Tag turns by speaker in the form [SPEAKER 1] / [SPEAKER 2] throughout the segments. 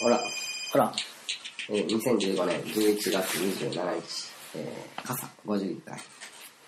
[SPEAKER 1] ほら、
[SPEAKER 2] ほら、
[SPEAKER 1] えー、2015年11月27日、えー、傘51回、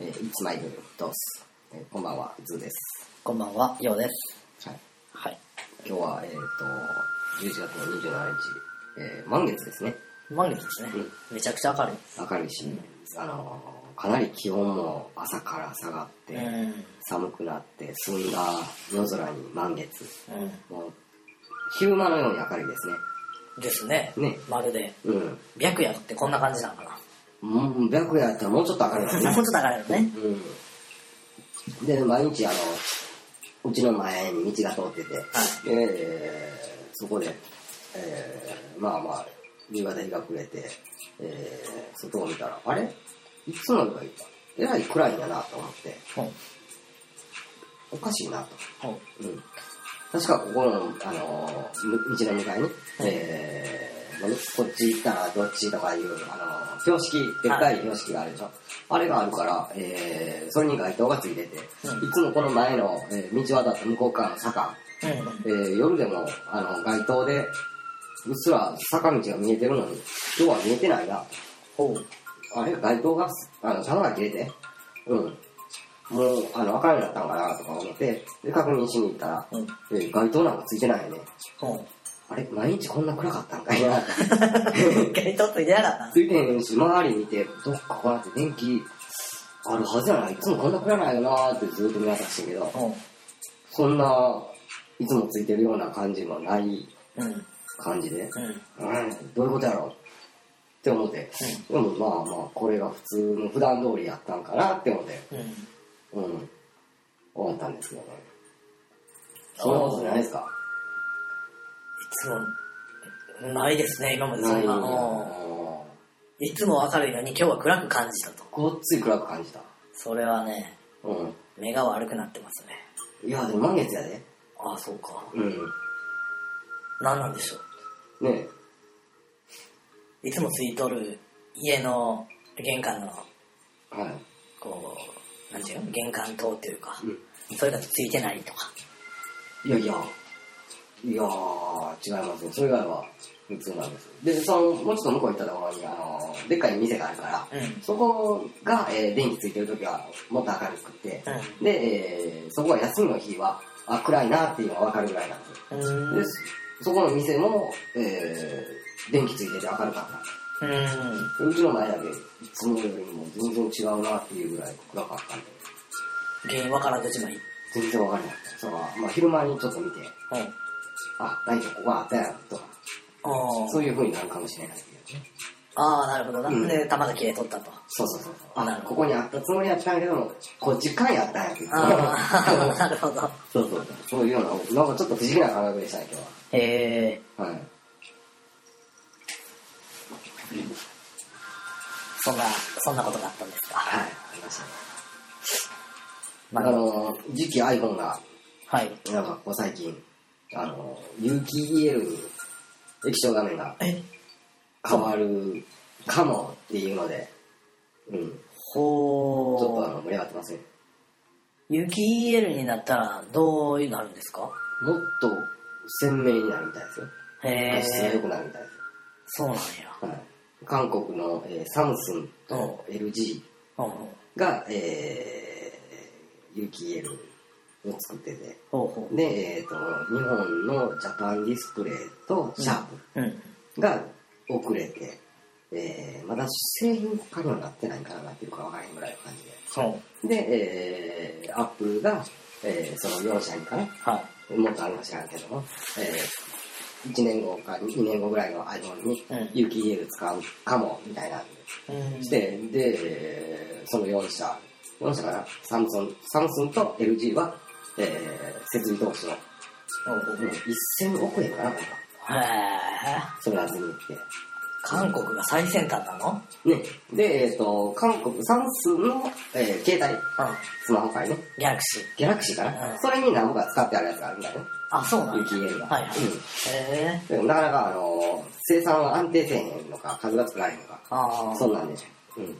[SPEAKER 1] えー、いつまいぶどうす、えー、こんばんは、ズーです。
[SPEAKER 2] こんばんは、ようです。
[SPEAKER 1] はい。
[SPEAKER 2] はい。
[SPEAKER 1] 今日は、えっ、ー、と、11月の27日、えー、満月ですね。
[SPEAKER 2] 満月ですね。めちゃくちゃ明るい。
[SPEAKER 1] 明るいし、あのー、かなり気温も朝から下がって、
[SPEAKER 2] うん。
[SPEAKER 1] 寒くなって、澄んだ夜空に満月。
[SPEAKER 2] う
[SPEAKER 1] もう、昼間のように明るいですね。
[SPEAKER 2] ん。ですね。
[SPEAKER 1] ね
[SPEAKER 2] まるで、
[SPEAKER 1] うん。
[SPEAKER 2] 白夜ってこんな感じなのか
[SPEAKER 1] うん、白夜やったらもうちょっと明るいです
[SPEAKER 2] な。
[SPEAKER 1] ね
[SPEAKER 2] もうちょっと明るいよね。
[SPEAKER 1] うん。で、毎日、あの、うちの前に道が通ってて、えーそこで、えーまあまあ、夕方日が暮れて、えー外を見たら、あれいつの間にか、えらい暗いんだなと思って、
[SPEAKER 2] ほう。
[SPEAKER 1] おかしいなと。
[SPEAKER 2] ほう。
[SPEAKER 1] うん。確かここの、あのー、む道の向かいに、えー何こっち行ったらどっちとかいう、あのー、標識、でっかい標識があるでしょ。あれがあるから、えー、それに街灯がついてて、
[SPEAKER 2] うん
[SPEAKER 1] いつもこの前の、えー道渡った向こう側の坂、
[SPEAKER 2] うん。
[SPEAKER 1] えー夜でも、あの、街灯で、うっすら坂道が見えてるのに、今日は見えてないな。
[SPEAKER 2] ほう。
[SPEAKER 1] あれ街灯が、あの、玉が切れて、うん。もう、あの、赤になったんかなとか思って、で、確認しに行ったら、
[SPEAKER 2] うん。
[SPEAKER 1] えー街灯なんかついてないよね。
[SPEAKER 2] ほう。
[SPEAKER 1] あれ毎日こんな暗かったんかいな。
[SPEAKER 2] 一と入れやがったな。
[SPEAKER 1] ついてへんし、周り見て、どっかこうやって電気あるはずやない。いつもこんな暗ないよなーってずっと見渡してんけど、
[SPEAKER 2] ほ
[SPEAKER 1] そんな、いつもついてるような感じのない
[SPEAKER 2] うん。うん。
[SPEAKER 1] 感じで、
[SPEAKER 2] うん。
[SPEAKER 1] うん、どういうことやろうって思って、でもまあまあ、これが普通の普段通りやったんかなって思って、
[SPEAKER 2] うん。
[SPEAKER 1] うん、思ったんですけどね。そんなことないですか
[SPEAKER 2] いつも、ないですね、今までそ
[SPEAKER 1] ない
[SPEAKER 2] んな。
[SPEAKER 1] よ
[SPEAKER 2] うんいつも明るいのに今日は暗く感じたと。
[SPEAKER 1] ごっつい暗く感じた。
[SPEAKER 2] それはね、
[SPEAKER 1] うん。
[SPEAKER 2] 目が悪くなってますね。
[SPEAKER 1] いや、でも満月やで。
[SPEAKER 2] ああ、そうか。
[SPEAKER 1] うん。
[SPEAKER 2] 何なんでしょう。
[SPEAKER 1] ね
[SPEAKER 2] いつもついとる家の玄関の、
[SPEAKER 1] え。はい。
[SPEAKER 2] こう、なんていうの玄関灯というか、
[SPEAKER 1] うん
[SPEAKER 2] それがついてないとか。
[SPEAKER 1] いやいや、いやー、違いますよ。それ以外は普通なんです。で、その、もうちょっと向こう行ったところに、あの、でっかい店があるから、
[SPEAKER 2] うん。うん。
[SPEAKER 1] そこが、えー電気ついてるときはもっと明るくて、で、えーそこが休みの日は、あ、暗いなっていうのがわかるぐらいなんです
[SPEAKER 2] うーん。
[SPEAKER 1] よ。で、そこの店も、えー電気ついてて明るかった。
[SPEAKER 2] うーん。
[SPEAKER 1] うちの前だけ、いつもよりも全然違うなっていうぐらい暗かったんで、
[SPEAKER 2] 原因わからんでしまい。
[SPEAKER 1] 全然わかんなかった。その、まあ昼間にちょっと見て、
[SPEAKER 2] うん。
[SPEAKER 1] あ、何かここはあったやんとか、
[SPEAKER 2] あ
[SPEAKER 1] そういう風になるかもしれないけどね。
[SPEAKER 2] あー、なるほどな。
[SPEAKER 1] うん
[SPEAKER 2] で、玉が切れとったと。
[SPEAKER 1] そうそうそう。
[SPEAKER 2] なる
[SPEAKER 1] あ、
[SPEAKER 2] ほど
[SPEAKER 1] ここにあったつもりやったんやけども、こっちからやったんやって。
[SPEAKER 2] ああ、なるほど。
[SPEAKER 1] そうそう。そういうような、なんかちょっと不思議な感覚でしたね、今
[SPEAKER 2] へえ。
[SPEAKER 1] 日は。はい。
[SPEAKER 2] そんな、そんなことがあったんですか。
[SPEAKER 1] はい。ありましたね。
[SPEAKER 2] ま
[SPEAKER 1] あの、次期 iPhone が、
[SPEAKER 2] はい。
[SPEAKER 1] なんかこう最近、あの、有機 EL に液晶画面が
[SPEAKER 2] え、
[SPEAKER 1] 変わるかもっていうので、うん。ち
[SPEAKER 2] ほー。
[SPEAKER 1] ょっとあの、盛り上がってますね。
[SPEAKER 2] 雪 EL になったらどうなるんですか
[SPEAKER 1] もっと鮮明になるみたいですよ。
[SPEAKER 2] へ
[SPEAKER 1] 画質が良
[SPEAKER 2] え
[SPEAKER 1] くなるみたいです。
[SPEAKER 2] そうなんや
[SPEAKER 1] はい、韓国の、えーサムスンと LG
[SPEAKER 2] うん
[SPEAKER 1] が、えー、有機 EL を作ってて、
[SPEAKER 2] ほうほ
[SPEAKER 1] で、えー、と日本のジャパンディスプレイとシャー
[SPEAKER 2] ううん
[SPEAKER 1] プが遅れて、えーまだ製品化にはなってないんかな、なってるかわからへんぐらいの感じ
[SPEAKER 2] そう
[SPEAKER 1] で。で、えー、アップルが、えーその4社にかな、
[SPEAKER 2] はい
[SPEAKER 1] もっとあるかもしれんけども、えー、1年後か2年後ぐらいの iPhone に
[SPEAKER 2] うん
[SPEAKER 1] 有機 EL 使うかも、みたいな。
[SPEAKER 2] うん
[SPEAKER 1] して、で、えーその4社、4社かな、サムソン、サムソンと LG は、えー、設備投資の、
[SPEAKER 2] ほうほう
[SPEAKER 1] うん、1000億円かな、なんか、
[SPEAKER 2] へえ
[SPEAKER 1] それはずに行って。
[SPEAKER 2] 韓国が最先端なの
[SPEAKER 1] ね、で、えっ、と、韓国、サムスンの、えー携帯、
[SPEAKER 2] うん
[SPEAKER 1] スマホ界ね、
[SPEAKER 2] ギャラクシー
[SPEAKER 1] ギャラクシーかな、
[SPEAKER 2] うん
[SPEAKER 1] それに何個か使ってあるやつがあるんだよね、
[SPEAKER 2] あそうなん
[SPEAKER 1] 有
[SPEAKER 2] や
[SPEAKER 1] 機 EL が。
[SPEAKER 2] はいはい
[SPEAKER 1] うん
[SPEAKER 2] へえ
[SPEAKER 1] でもなかなか、あの、生産は安定せえへんのか、数が少ないのか、
[SPEAKER 2] あ
[SPEAKER 1] そ
[SPEAKER 2] ー
[SPEAKER 1] うなんでしょ。うん。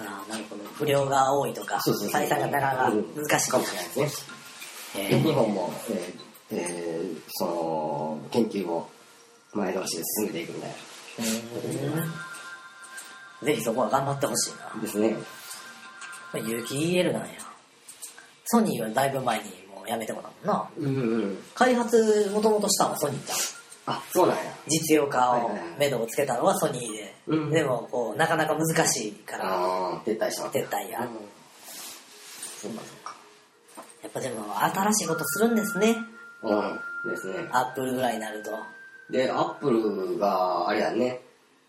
[SPEAKER 2] あーなるほど不良が多いとか
[SPEAKER 1] そうそうそう
[SPEAKER 2] 採算がなかなか難しい
[SPEAKER 1] かもしれないですね。
[SPEAKER 2] へ
[SPEAKER 1] で
[SPEAKER 2] え
[SPEAKER 1] 日本も、えーえーその研究を前倒しで進めていくみたい
[SPEAKER 2] うんぜひそこは頑張ってほしいな
[SPEAKER 1] な。ですね。
[SPEAKER 2] まあ有機 EL なんやソニーはだいぶ前にもうやめてもらうもんな
[SPEAKER 1] うんうんうん。
[SPEAKER 2] 開発もともとしたのはソニーじゃん
[SPEAKER 1] あ、そうなんや。
[SPEAKER 2] 実用化を
[SPEAKER 1] はいはいはい
[SPEAKER 2] 目処をつけたのはソニーで、
[SPEAKER 1] うん
[SPEAKER 2] でもこうなかなか難しいから
[SPEAKER 1] ああ、撤退したわけ
[SPEAKER 2] 撤退や、
[SPEAKER 1] うんそうか
[SPEAKER 2] やっぱでも新しいことするんですね
[SPEAKER 1] そうか。うん。ですね。
[SPEAKER 2] アップルぐらいになると
[SPEAKER 1] で、アップルが、あれやね、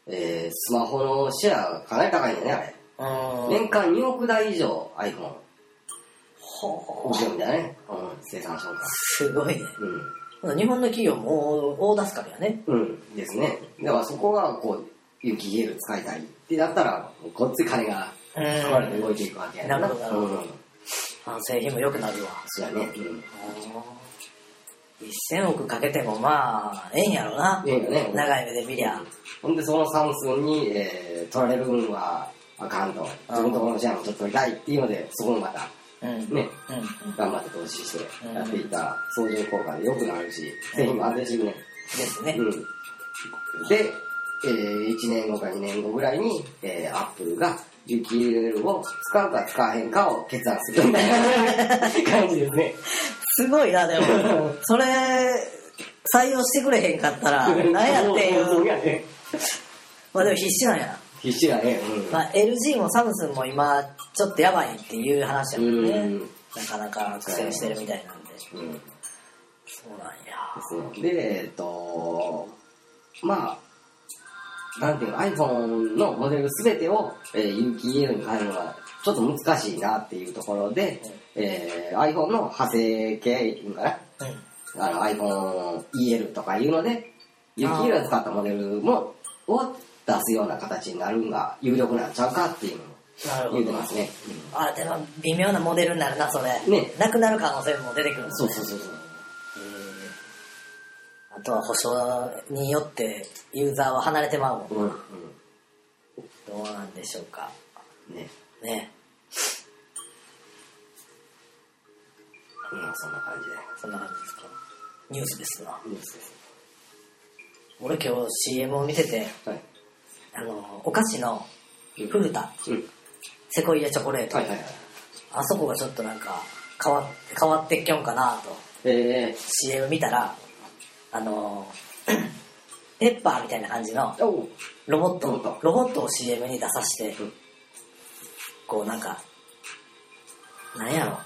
[SPEAKER 1] えー、スマホのシェアかなり高いんだよね、あれ。
[SPEAKER 2] うん
[SPEAKER 1] 年間2億台以上 iPhone
[SPEAKER 2] ほ
[SPEAKER 1] 売
[SPEAKER 2] う
[SPEAKER 1] ってるんだよね。うん、生産商
[SPEAKER 2] すごいね
[SPEAKER 1] 社。
[SPEAKER 2] 日本の企業も大助かるやね
[SPEAKER 1] うん。うん。ですね。だからそこが、こう、有機ゲール使いたいってなったら、こっち金が、
[SPEAKER 2] う
[SPEAKER 1] 使われて動いていくわけや
[SPEAKER 2] なるほどなるほど
[SPEAKER 1] うん。
[SPEAKER 2] あ製品も良くなるわ
[SPEAKER 1] そうやね。うん。
[SPEAKER 2] 1000億かけてもまあええんやろな
[SPEAKER 1] ええよね。
[SPEAKER 2] 長い目で見りゃ
[SPEAKER 1] ほんで、そのサムスンに、えー取られる分は、あかんと。自分ところのシェアもちょっと取りたいっていうので、そこもまた、
[SPEAKER 2] うんうん
[SPEAKER 1] ね、
[SPEAKER 2] うん
[SPEAKER 1] 頑張って投資してやっていた相乗効果で良くなるし、製品も安定していくね。
[SPEAKER 2] ですね
[SPEAKER 1] うん。で、えー、1年後か2年後ぐらいに、えー、アップルが UKL を使うか使わへんかを決断するみたいな感じですね。
[SPEAKER 2] すごいなでもそれ採用してくれへんかったら何やって
[SPEAKER 1] そう
[SPEAKER 2] いう
[SPEAKER 1] やね
[SPEAKER 2] まあでも必死なんや、
[SPEAKER 1] 必死だね。
[SPEAKER 2] まあ、LG もサムスンも今ちょっとやばいっていう話や
[SPEAKER 1] うん。う
[SPEAKER 2] も
[SPEAKER 1] んん。う
[SPEAKER 2] ね
[SPEAKER 1] ん。
[SPEAKER 2] なかなか苦戦してるみたいなんで
[SPEAKER 1] うん
[SPEAKER 2] そうなんや
[SPEAKER 1] そうで、えっと、まあ、なんていうの、iPhone のモデルすべてを、えー、有機 EL に変えるのはちょっと難しいなっていうところで、えー、iPhone の派生系いうんかな、
[SPEAKER 2] うん
[SPEAKER 1] あの iPhoneEL とかいうので、有機 EL を使ったモデルも、を出すような形になるんが有力なんちゃうかっていうのを
[SPEAKER 2] なるほ
[SPEAKER 1] 言うて
[SPEAKER 2] ど
[SPEAKER 1] ますね。
[SPEAKER 2] あでも微妙なモデルになるなそれ
[SPEAKER 1] ね
[SPEAKER 2] なくなる可能性も出てくるもんね
[SPEAKER 1] そうそうそうそう。
[SPEAKER 2] あとは保証によってユーザーは離れてまうも
[SPEAKER 1] う
[SPEAKER 2] ん
[SPEAKER 1] ん、
[SPEAKER 2] どうなんでしょうか
[SPEAKER 1] うん。ね。
[SPEAKER 2] ね
[SPEAKER 1] うん、そんな感じで。
[SPEAKER 2] そんな感じですかニュースですな
[SPEAKER 1] ニュースです。
[SPEAKER 2] 俺今日 CM を見てて
[SPEAKER 1] はい。
[SPEAKER 2] あのお菓子の古田
[SPEAKER 1] うん。
[SPEAKER 2] セコイアチョコレート、
[SPEAKER 1] はいはいはい。
[SPEAKER 2] あそこがちょっとなんか変わって変わってっきょんかなと
[SPEAKER 1] え
[SPEAKER 2] CM 見たらあの ペッパーみたいな感じの
[SPEAKER 1] ー、おう
[SPEAKER 2] ロボッ
[SPEAKER 1] ロボッ
[SPEAKER 2] ト
[SPEAKER 1] ト、
[SPEAKER 2] ロボットを CM に出させて
[SPEAKER 1] うん、
[SPEAKER 2] こうなんか、なんやろ、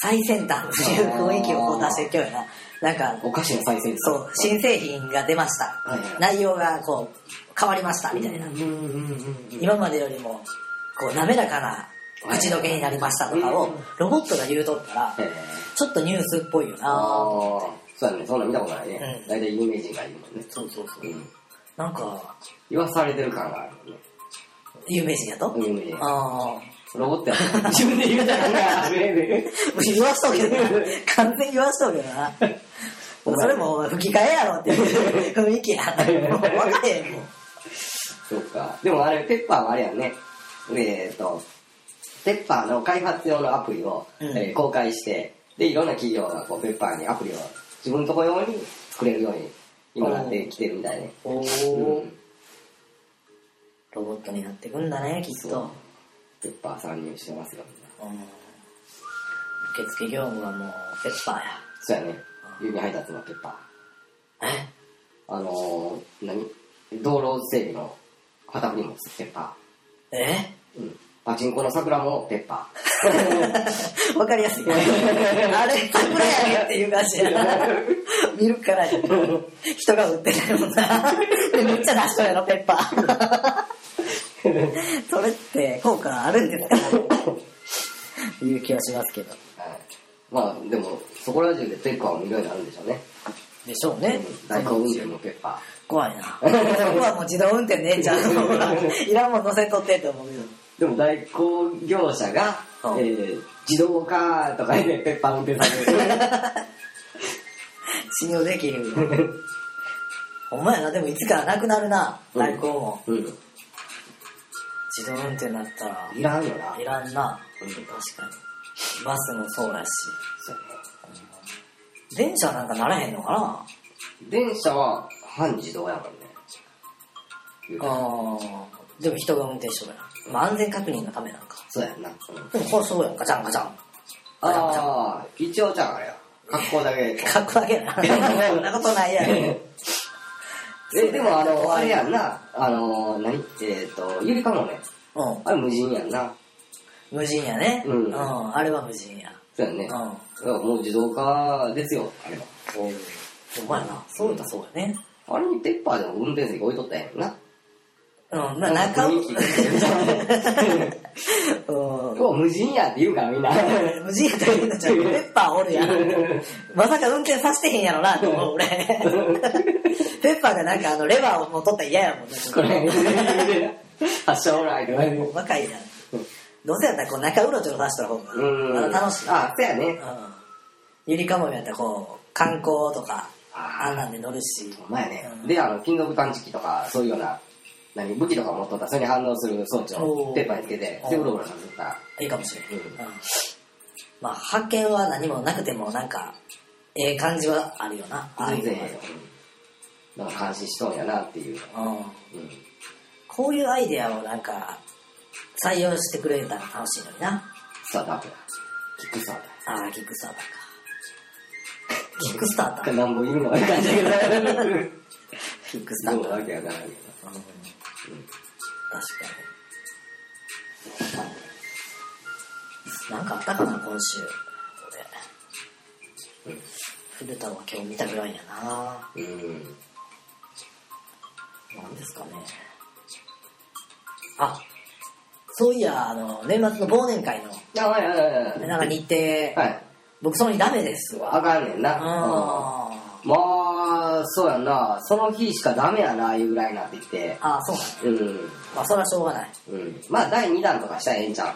[SPEAKER 2] 最先端っていう雰囲気をこう出していくような、なんか、
[SPEAKER 1] お菓子の再生です
[SPEAKER 2] そう、新製品が出ました
[SPEAKER 1] はいは。い
[SPEAKER 2] 内容がこう、変わりました、みたいな
[SPEAKER 1] うん。うんうんうん
[SPEAKER 2] 今までよりも、こう、滑らかな口どけになりましたとか
[SPEAKER 1] う
[SPEAKER 2] を
[SPEAKER 1] ん、
[SPEAKER 2] ロボットが言うとったら
[SPEAKER 1] え、ー
[SPEAKER 2] ちょっとニュースっぽいよ
[SPEAKER 1] あ
[SPEAKER 2] な
[SPEAKER 1] あそうだねそんなん見たことないね、
[SPEAKER 2] うん
[SPEAKER 1] 大体有名人がいるもんね
[SPEAKER 2] そうそうそうう。
[SPEAKER 1] ん
[SPEAKER 2] なんか、
[SPEAKER 1] 言わされてる感があるもんね
[SPEAKER 2] 有名人やと
[SPEAKER 1] 有名人
[SPEAKER 2] ああ。
[SPEAKER 1] ロボットやから自分で言うたらな んかねね
[SPEAKER 2] 言わしとけどな。完全に言わしとけどな。それも吹き替えやろっていう雰囲気や。分かれへんもん。
[SPEAKER 1] そうかでもあれペッパーはあれやんねえっ、ー、とペッパーの開発用のアプリを、
[SPEAKER 2] うん
[SPEAKER 1] えー公開してでいろんな企業がこうペッパーにアプリを自分のとこ用に作れるように今なってきてるみたいね、
[SPEAKER 2] お
[SPEAKER 1] うん、
[SPEAKER 2] ロボットになってくんだね、きっと。
[SPEAKER 1] ペッパー参入してますよ
[SPEAKER 2] うん受付業務はもう、ペッパーや。
[SPEAKER 1] そうやね。郵便配達のペッパー。
[SPEAKER 2] え
[SPEAKER 1] あのー、何道路整備の旗振りもペッパ
[SPEAKER 2] え
[SPEAKER 1] ー。うん。パチンコの桜もペッパ
[SPEAKER 2] わかりやすい。あれ、桜やねっていう感じや。 見るからに人が売ってないもんな。で、めっちゃ出しとるやろ、ペッパー。
[SPEAKER 1] ー。
[SPEAKER 2] それって効果あるんですかっていう気はしますけど。
[SPEAKER 1] はい。まあ、でも、そこら中でペッパーもいろいろあるんでしょうね。
[SPEAKER 2] でしょうね。
[SPEAKER 1] 大根運転もペッパ
[SPEAKER 2] 怖いな。そこはもう自動運転でええんちゃ ういらんもん乗せとってと思うけど。
[SPEAKER 1] ー。でも、代行業者が、
[SPEAKER 2] うん
[SPEAKER 1] えー、自動化とかで ペッパー運転される。
[SPEAKER 2] 信用でき る。ほんまやな、でもいつかなくなるな、
[SPEAKER 1] うん
[SPEAKER 2] 代行も。
[SPEAKER 1] うん。
[SPEAKER 2] 自動運転になったら、
[SPEAKER 1] いらんよな。
[SPEAKER 2] いらんな。
[SPEAKER 1] うん
[SPEAKER 2] 確かに。バスもそうやし。
[SPEAKER 1] そうやね
[SPEAKER 2] 電車なんかならへんのかな
[SPEAKER 1] 電車は半自動やもんね。言うたら
[SPEAKER 2] ああ。でも人が運転してるから。まあ安全確認のためなんか。
[SPEAKER 1] そうやんな。うん
[SPEAKER 2] でもこれそうやん、ガチャンガチャン。
[SPEAKER 1] ああ、一応じゃああれや。格好だ け。
[SPEAKER 2] かっこだけやな。そんなことないやろ。
[SPEAKER 1] え、でもあの、あれやんな。あの、何えっと、ゆりかもね。
[SPEAKER 2] うん。
[SPEAKER 1] あれ無人やんな。
[SPEAKER 2] 無人やね。
[SPEAKER 1] うん
[SPEAKER 2] あれは無人や。
[SPEAKER 1] そうやんね。
[SPEAKER 2] うん。
[SPEAKER 1] だからもう自動化ですよ、あれは。
[SPEAKER 2] お前な。そうだそうやね。
[SPEAKER 1] あれにペッパーでも運転席置いとったんやんな。
[SPEAKER 2] うん。まあ中を。
[SPEAKER 1] 雰囲気で
[SPEAKER 2] うん。
[SPEAKER 1] もう無人やって言うからみんな。
[SPEAKER 2] 無人やったらいいのちゃうペッパーおるやん。まさか運転させてへんやろな、と思う俺。ペッパーがなんかあの、レバーをもう取ったら嫌やもんね。
[SPEAKER 1] これ、発射オーライとか言う
[SPEAKER 2] 若いやん。どうせやったらこう中うろちょろさせた方が、
[SPEAKER 1] うん。
[SPEAKER 2] あの楽しい。
[SPEAKER 1] あ、そうやね。
[SPEAKER 2] うんゆりかもめやったらこう、観光とか、
[SPEAKER 1] あ
[SPEAKER 2] あんなんで乗るし。
[SPEAKER 1] お前ね
[SPEAKER 2] う。ん
[SPEAKER 1] で、あの、金属探知機とか、そういうような、何、武器とか持っとったら、それに反応する装置
[SPEAKER 2] お
[SPEAKER 1] を
[SPEAKER 2] ー
[SPEAKER 1] ペッパーにつけて
[SPEAKER 2] お、ー
[SPEAKER 1] で、うろうろさせたら。
[SPEAKER 2] いいかもしれん。
[SPEAKER 1] うん
[SPEAKER 2] うんまあ、発見は何もなくても、なんか、ええ感じはあるよな。ああい
[SPEAKER 1] 全
[SPEAKER 2] うの
[SPEAKER 1] 然
[SPEAKER 2] は
[SPEAKER 1] ええよ。だから監視しとんやなっていう。
[SPEAKER 2] うん。
[SPEAKER 1] うん。
[SPEAKER 2] こういうアイデアをなんか、採用してくれたら楽しいのにな。
[SPEAKER 1] スタートアップや。キックスタート
[SPEAKER 2] ああ、キックスターターか。キックスタータ
[SPEAKER 1] アップ。
[SPEAKER 2] ー
[SPEAKER 1] なんぼいるのかって感じだけど。
[SPEAKER 2] キックスタ
[SPEAKER 1] ど
[SPEAKER 2] ー
[SPEAKER 1] う
[SPEAKER 2] ター。
[SPEAKER 1] わけやからんけど。
[SPEAKER 2] うん確かに。なんかあったかな、今週。俺。
[SPEAKER 1] うん
[SPEAKER 2] 古田は今日見たぐらいやな。
[SPEAKER 1] うん。
[SPEAKER 2] なんですかね。あ、そういや、あの、年末の忘年会の、
[SPEAKER 1] あ、はいはいはいはい。
[SPEAKER 2] なんか日程、
[SPEAKER 1] はい。
[SPEAKER 2] 僕その日ダメですわ。
[SPEAKER 1] あかんねんな。うん
[SPEAKER 2] あ
[SPEAKER 1] まあ、そうやんな。その日しかダメやな、いうぐらいになってきて
[SPEAKER 2] ー。あー、そうなん
[SPEAKER 1] うん。
[SPEAKER 2] まあ、それはしょうがない。
[SPEAKER 1] うん。まあ、第2弾とかしたらええんちゃ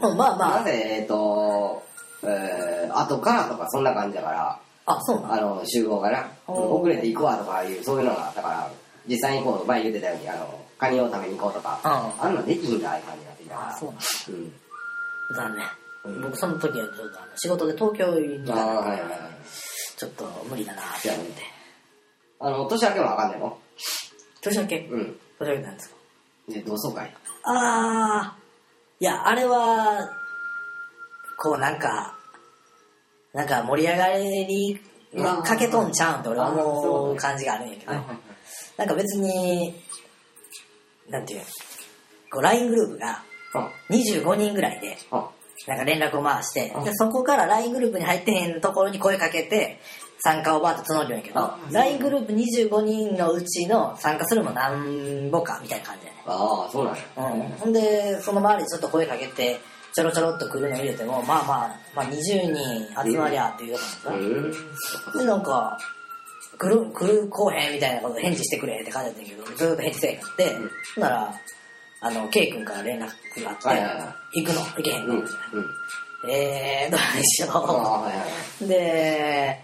[SPEAKER 1] う。
[SPEAKER 2] うん、まあま
[SPEAKER 1] なぜ、えっ、と、えー、後からとかそんな感じだから、
[SPEAKER 2] あ、あ、そうなん
[SPEAKER 1] あの、集合がな、
[SPEAKER 2] おー
[SPEAKER 1] 遅れて行くわとかいう、そういうのがあったから、実際にこう、前言ってたように、あの、カニを食べに行こうとか、
[SPEAKER 2] う
[SPEAKER 1] あんなんできひんな、ああいう感じになってきた
[SPEAKER 2] あ、そうなん
[SPEAKER 1] から。うん。
[SPEAKER 2] 残念、
[SPEAKER 1] うん
[SPEAKER 2] 僕その時はちょっとあの仕事で東京に
[SPEAKER 1] ああ、はいはいはい。
[SPEAKER 2] ちょっと無理だなって
[SPEAKER 1] じゃあ
[SPEAKER 2] 思って、
[SPEAKER 1] あの、年明けもあかんねんの
[SPEAKER 2] 年明け
[SPEAKER 1] うん。
[SPEAKER 2] 年明けなんですか
[SPEAKER 1] で、同窓会。
[SPEAKER 2] ああいやあれはこうなんかなんか盛り上がり
[SPEAKER 1] あ
[SPEAKER 2] が
[SPEAKER 1] ー
[SPEAKER 2] かけとんちゃうんって俺は
[SPEAKER 1] あー
[SPEAKER 2] 思
[SPEAKER 1] そうう
[SPEAKER 2] 感じがあるんやけど、
[SPEAKER 1] い。
[SPEAKER 2] なんか別になんていうのこう LINE グループが
[SPEAKER 1] あ、
[SPEAKER 2] 25人ぐらいで
[SPEAKER 1] あ、
[SPEAKER 2] なんか連絡を回して
[SPEAKER 1] う、ん
[SPEAKER 2] でそこから LINE グループに入ってへんところに声かけて、参加をバーッと募るんやけど
[SPEAKER 1] あ、
[SPEAKER 2] LINE グループ25人のうちの参加するもなんぼかみたいな感じやね。
[SPEAKER 1] ああ、そうなんや。
[SPEAKER 2] うん。ほんで、その周りでちょっと声かけて、ちょろちょろっと来るの入れても、まあまあ、まあ20人集まりゃっていう
[SPEAKER 1] う
[SPEAKER 2] とこなんだ
[SPEAKER 1] ん。
[SPEAKER 2] で、なんか、来る、来るこうへんみたいなことで返事してくれって感じだったんやけど、ずーっと返事せえへんかって、
[SPEAKER 1] うん
[SPEAKER 2] ほんなら、あの、K 君から連絡が
[SPEAKER 1] はいはいは
[SPEAKER 2] あって、行くの行けへん
[SPEAKER 1] う
[SPEAKER 2] の、
[SPEAKER 1] ん。うん。
[SPEAKER 2] えー、どうでし
[SPEAKER 1] あ
[SPEAKER 2] ょ
[SPEAKER 1] あ、はいはい。
[SPEAKER 2] う。で、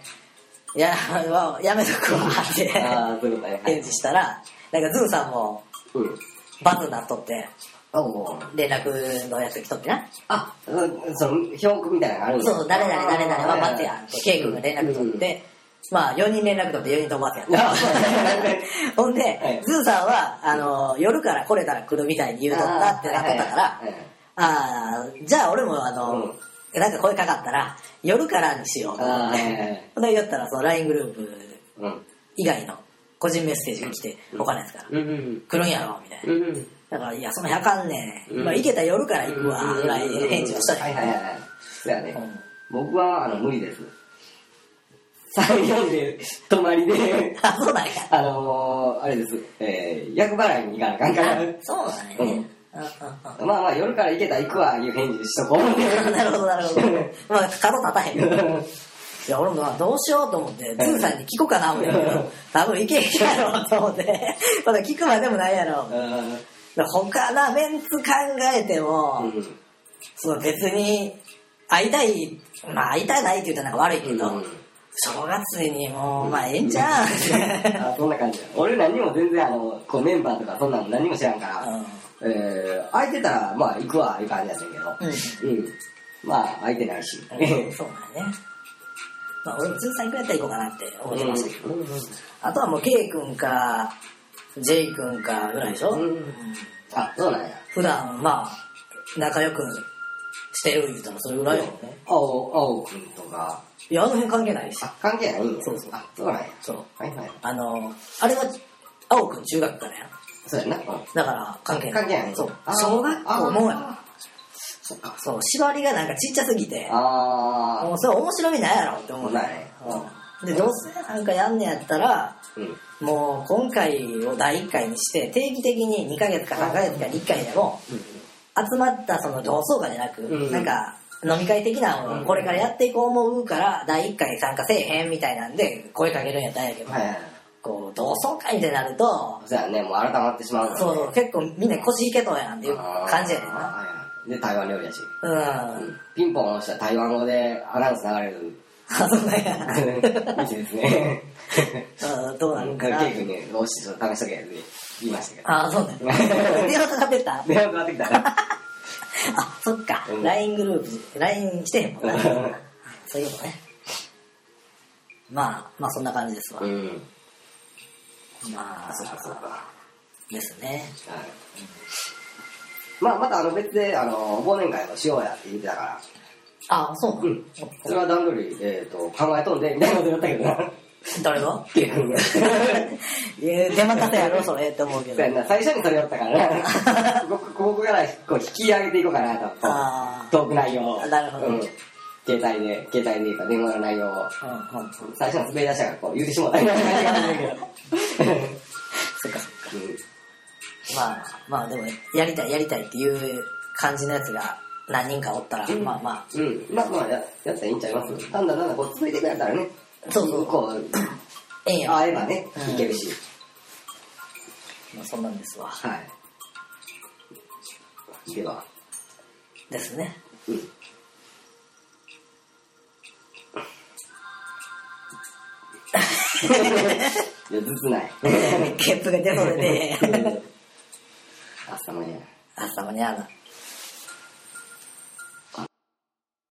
[SPEAKER 2] いや、わやめとくわって
[SPEAKER 1] ああ、そういうことね。は
[SPEAKER 2] 返
[SPEAKER 1] い
[SPEAKER 2] 事したら、なんかズンさんも
[SPEAKER 1] うん。
[SPEAKER 2] バズなっとって、
[SPEAKER 1] あ、もう。
[SPEAKER 2] 連絡のやつ来とってな。
[SPEAKER 1] あ、うんその、表句みたいなのがあるんだ
[SPEAKER 2] そう、誰々誰々は待てやって、ケイ君が連絡取っ。て、まあ4人連絡取って4人とも待てやっ
[SPEAKER 1] あそうなんだ
[SPEAKER 2] て。 ほん
[SPEAKER 1] はい
[SPEAKER 2] で、ズンさんは、あの、夜から来れたら来るみたいに言うとったってなっとったから、あー、じゃあ俺もあの、なんか声かかったら、夜からにしよう
[SPEAKER 1] あ
[SPEAKER 2] と
[SPEAKER 1] あ、
[SPEAKER 2] 思っ
[SPEAKER 1] は
[SPEAKER 2] て
[SPEAKER 1] い。はい。
[SPEAKER 2] ほんで言ったら、その LINE グループ
[SPEAKER 1] うん。
[SPEAKER 2] 以外の個人メッセージが来て、他のやつから、
[SPEAKER 1] うん。
[SPEAKER 2] 来るんやろみたいな。
[SPEAKER 1] うん。
[SPEAKER 2] だから、いや、その100んね
[SPEAKER 1] うん
[SPEAKER 2] まあ、行けたら夜から行くわ、ぐらいで返事をした
[SPEAKER 1] はい
[SPEAKER 2] り。
[SPEAKER 1] はいはい。そうや
[SPEAKER 2] う
[SPEAKER 1] ね。
[SPEAKER 2] ん
[SPEAKER 1] 僕は、あの、無理です。3、4で、泊まりで、
[SPEAKER 2] あ、そうなんや。
[SPEAKER 1] あのー、あれです。えー、厄払いに行かなあかんから。
[SPEAKER 2] そうなんやね。
[SPEAKER 1] うん
[SPEAKER 2] うんうん
[SPEAKER 1] まあまあ、夜から行けたら行くわ、いう返事しとこう。
[SPEAKER 2] うん なるほど、なるほど。まあ、角立たへんよ。いや、俺もなどうしようと思って、ズーさんに聞こうかな、思うけど、多分行けへんやろ、と思って。 まだ聞くまでもないやろ。
[SPEAKER 1] うん
[SPEAKER 2] だから他なメンツ考えても、
[SPEAKER 1] うん
[SPEAKER 2] その別に会いたい、まあ会いたいないって言ったらなんか悪いけど、
[SPEAKER 1] うん
[SPEAKER 2] 正月にもう、まあええんじ ゃん。
[SPEAKER 1] あそんな感じだ俺何も全然あのこうメンバーとかそんなの何も知らんから、 えー、空いてたらまあ行くわいう感じやったけど
[SPEAKER 2] うん。
[SPEAKER 1] うんまあ空いてないし、
[SPEAKER 2] うん、そうだね。まあ、俺も通算いくらやったら行こうかなって思ってましたけど、
[SPEAKER 1] うん
[SPEAKER 2] あとはもう K 君か J 君かぐらいでしょ、
[SPEAKER 1] うんあ、そうなんや。
[SPEAKER 2] 普段まあ仲良くしてる言うたらそれぐらいよね、
[SPEAKER 1] 青、青くんとか、
[SPEAKER 2] いやあの辺関係ないし
[SPEAKER 1] あ、関係ないんや。
[SPEAKER 2] そうそう
[SPEAKER 1] あ、そうなんや。
[SPEAKER 2] そう
[SPEAKER 1] はいはい。
[SPEAKER 2] あのあれは青君中学からや
[SPEAKER 1] そうやな。うん
[SPEAKER 2] だから関係ない
[SPEAKER 1] 関係ない
[SPEAKER 2] そう
[SPEAKER 1] あー
[SPEAKER 2] 小学校もや
[SPEAKER 1] あそっか。
[SPEAKER 2] そう縛りがなんかちっちゃすぎて
[SPEAKER 1] あ
[SPEAKER 2] もうそれ面白みないやろって
[SPEAKER 1] ー、
[SPEAKER 2] 思
[SPEAKER 1] も
[SPEAKER 2] う
[SPEAKER 1] うない。
[SPEAKER 2] うんでどうせなんかやんねやったら
[SPEAKER 1] うん。
[SPEAKER 2] もう今回を第1回にして定期的に2ヶ月か3ヶ月かに1回でも集まったその同窓会じゃなく、
[SPEAKER 1] うん
[SPEAKER 2] なんか飲み会的なのをこれからやっていこう思うから第1回参加せえへんみたいなんで声かけるんやったんやけど、
[SPEAKER 1] はいはい。
[SPEAKER 2] こう同窓会みたいになると
[SPEAKER 1] そうやね、もう改まってしまうからね
[SPEAKER 2] そうそう結構みんな腰いけとんやんっていう感じやねん
[SPEAKER 1] あ
[SPEAKER 2] な
[SPEAKER 1] ーはいはいで、台湾料理やし。
[SPEAKER 2] うん
[SPEAKER 1] ピンポン押したら台湾語でアナウンス流れる。
[SPEAKER 2] あそうなんや
[SPEAKER 1] 店ですね。
[SPEAKER 2] うんどうなるんか
[SPEAKER 1] ケ
[SPEAKER 2] な
[SPEAKER 1] ーキにどうしてちょっと試しとけって言いましたけど。
[SPEAKER 2] あそうなん や電話かかってった
[SPEAKER 1] 電話かかってきたら。
[SPEAKER 2] あそっか、
[SPEAKER 1] うん
[SPEAKER 2] LINE グループ LINE してへんもんな そういうことねまあまあそんな感じです わ、
[SPEAKER 1] うん。
[SPEAKER 2] まあ
[SPEAKER 1] そうかそうか。は
[SPEAKER 2] ですね
[SPEAKER 1] い。まあ、またあの別で、あの、忘年会のしようやって言ってたから、
[SPEAKER 2] あそうなの、
[SPEAKER 1] うんそれは段取り、えっと、考えとんで、みたいなことだったけど な。
[SPEAKER 2] 誰が
[SPEAKER 1] ケーキが。
[SPEAKER 2] いや出任せやろそれって思うけ
[SPEAKER 1] そう
[SPEAKER 2] ど
[SPEAKER 1] やんな最初にそれやった からな僕ここからこう引き上げていこうかなと
[SPEAKER 2] あ
[SPEAKER 1] トーク内容を
[SPEAKER 2] あなるほど
[SPEAKER 1] うん、携帯で携帯でいうか電話の内容を
[SPEAKER 2] あうんうんそっ
[SPEAKER 1] 最初の滑り出したからこう言うてしもうたみたいな感じだけど
[SPEAKER 2] かそっかまあまあでもやりたいやりたいっていう感じのやつが何人かおったら、
[SPEAKER 1] うん
[SPEAKER 2] まあま
[SPEAKER 1] うん、うん、まあまあややったらいいんちゃいますだんだんだんだんこう続いてくれたらね
[SPEAKER 2] そうそう
[SPEAKER 1] こう
[SPEAKER 2] あええんや
[SPEAKER 1] 会えばね
[SPEAKER 2] うん
[SPEAKER 1] いけるし、
[SPEAKER 2] まあ、そんなんですわ
[SPEAKER 1] はいでは
[SPEAKER 2] ですね
[SPEAKER 1] うんいや、ずつ ない。
[SPEAKER 2] ケップが出そうでね
[SPEAKER 1] 朝のや。
[SPEAKER 2] 朝もにゃあな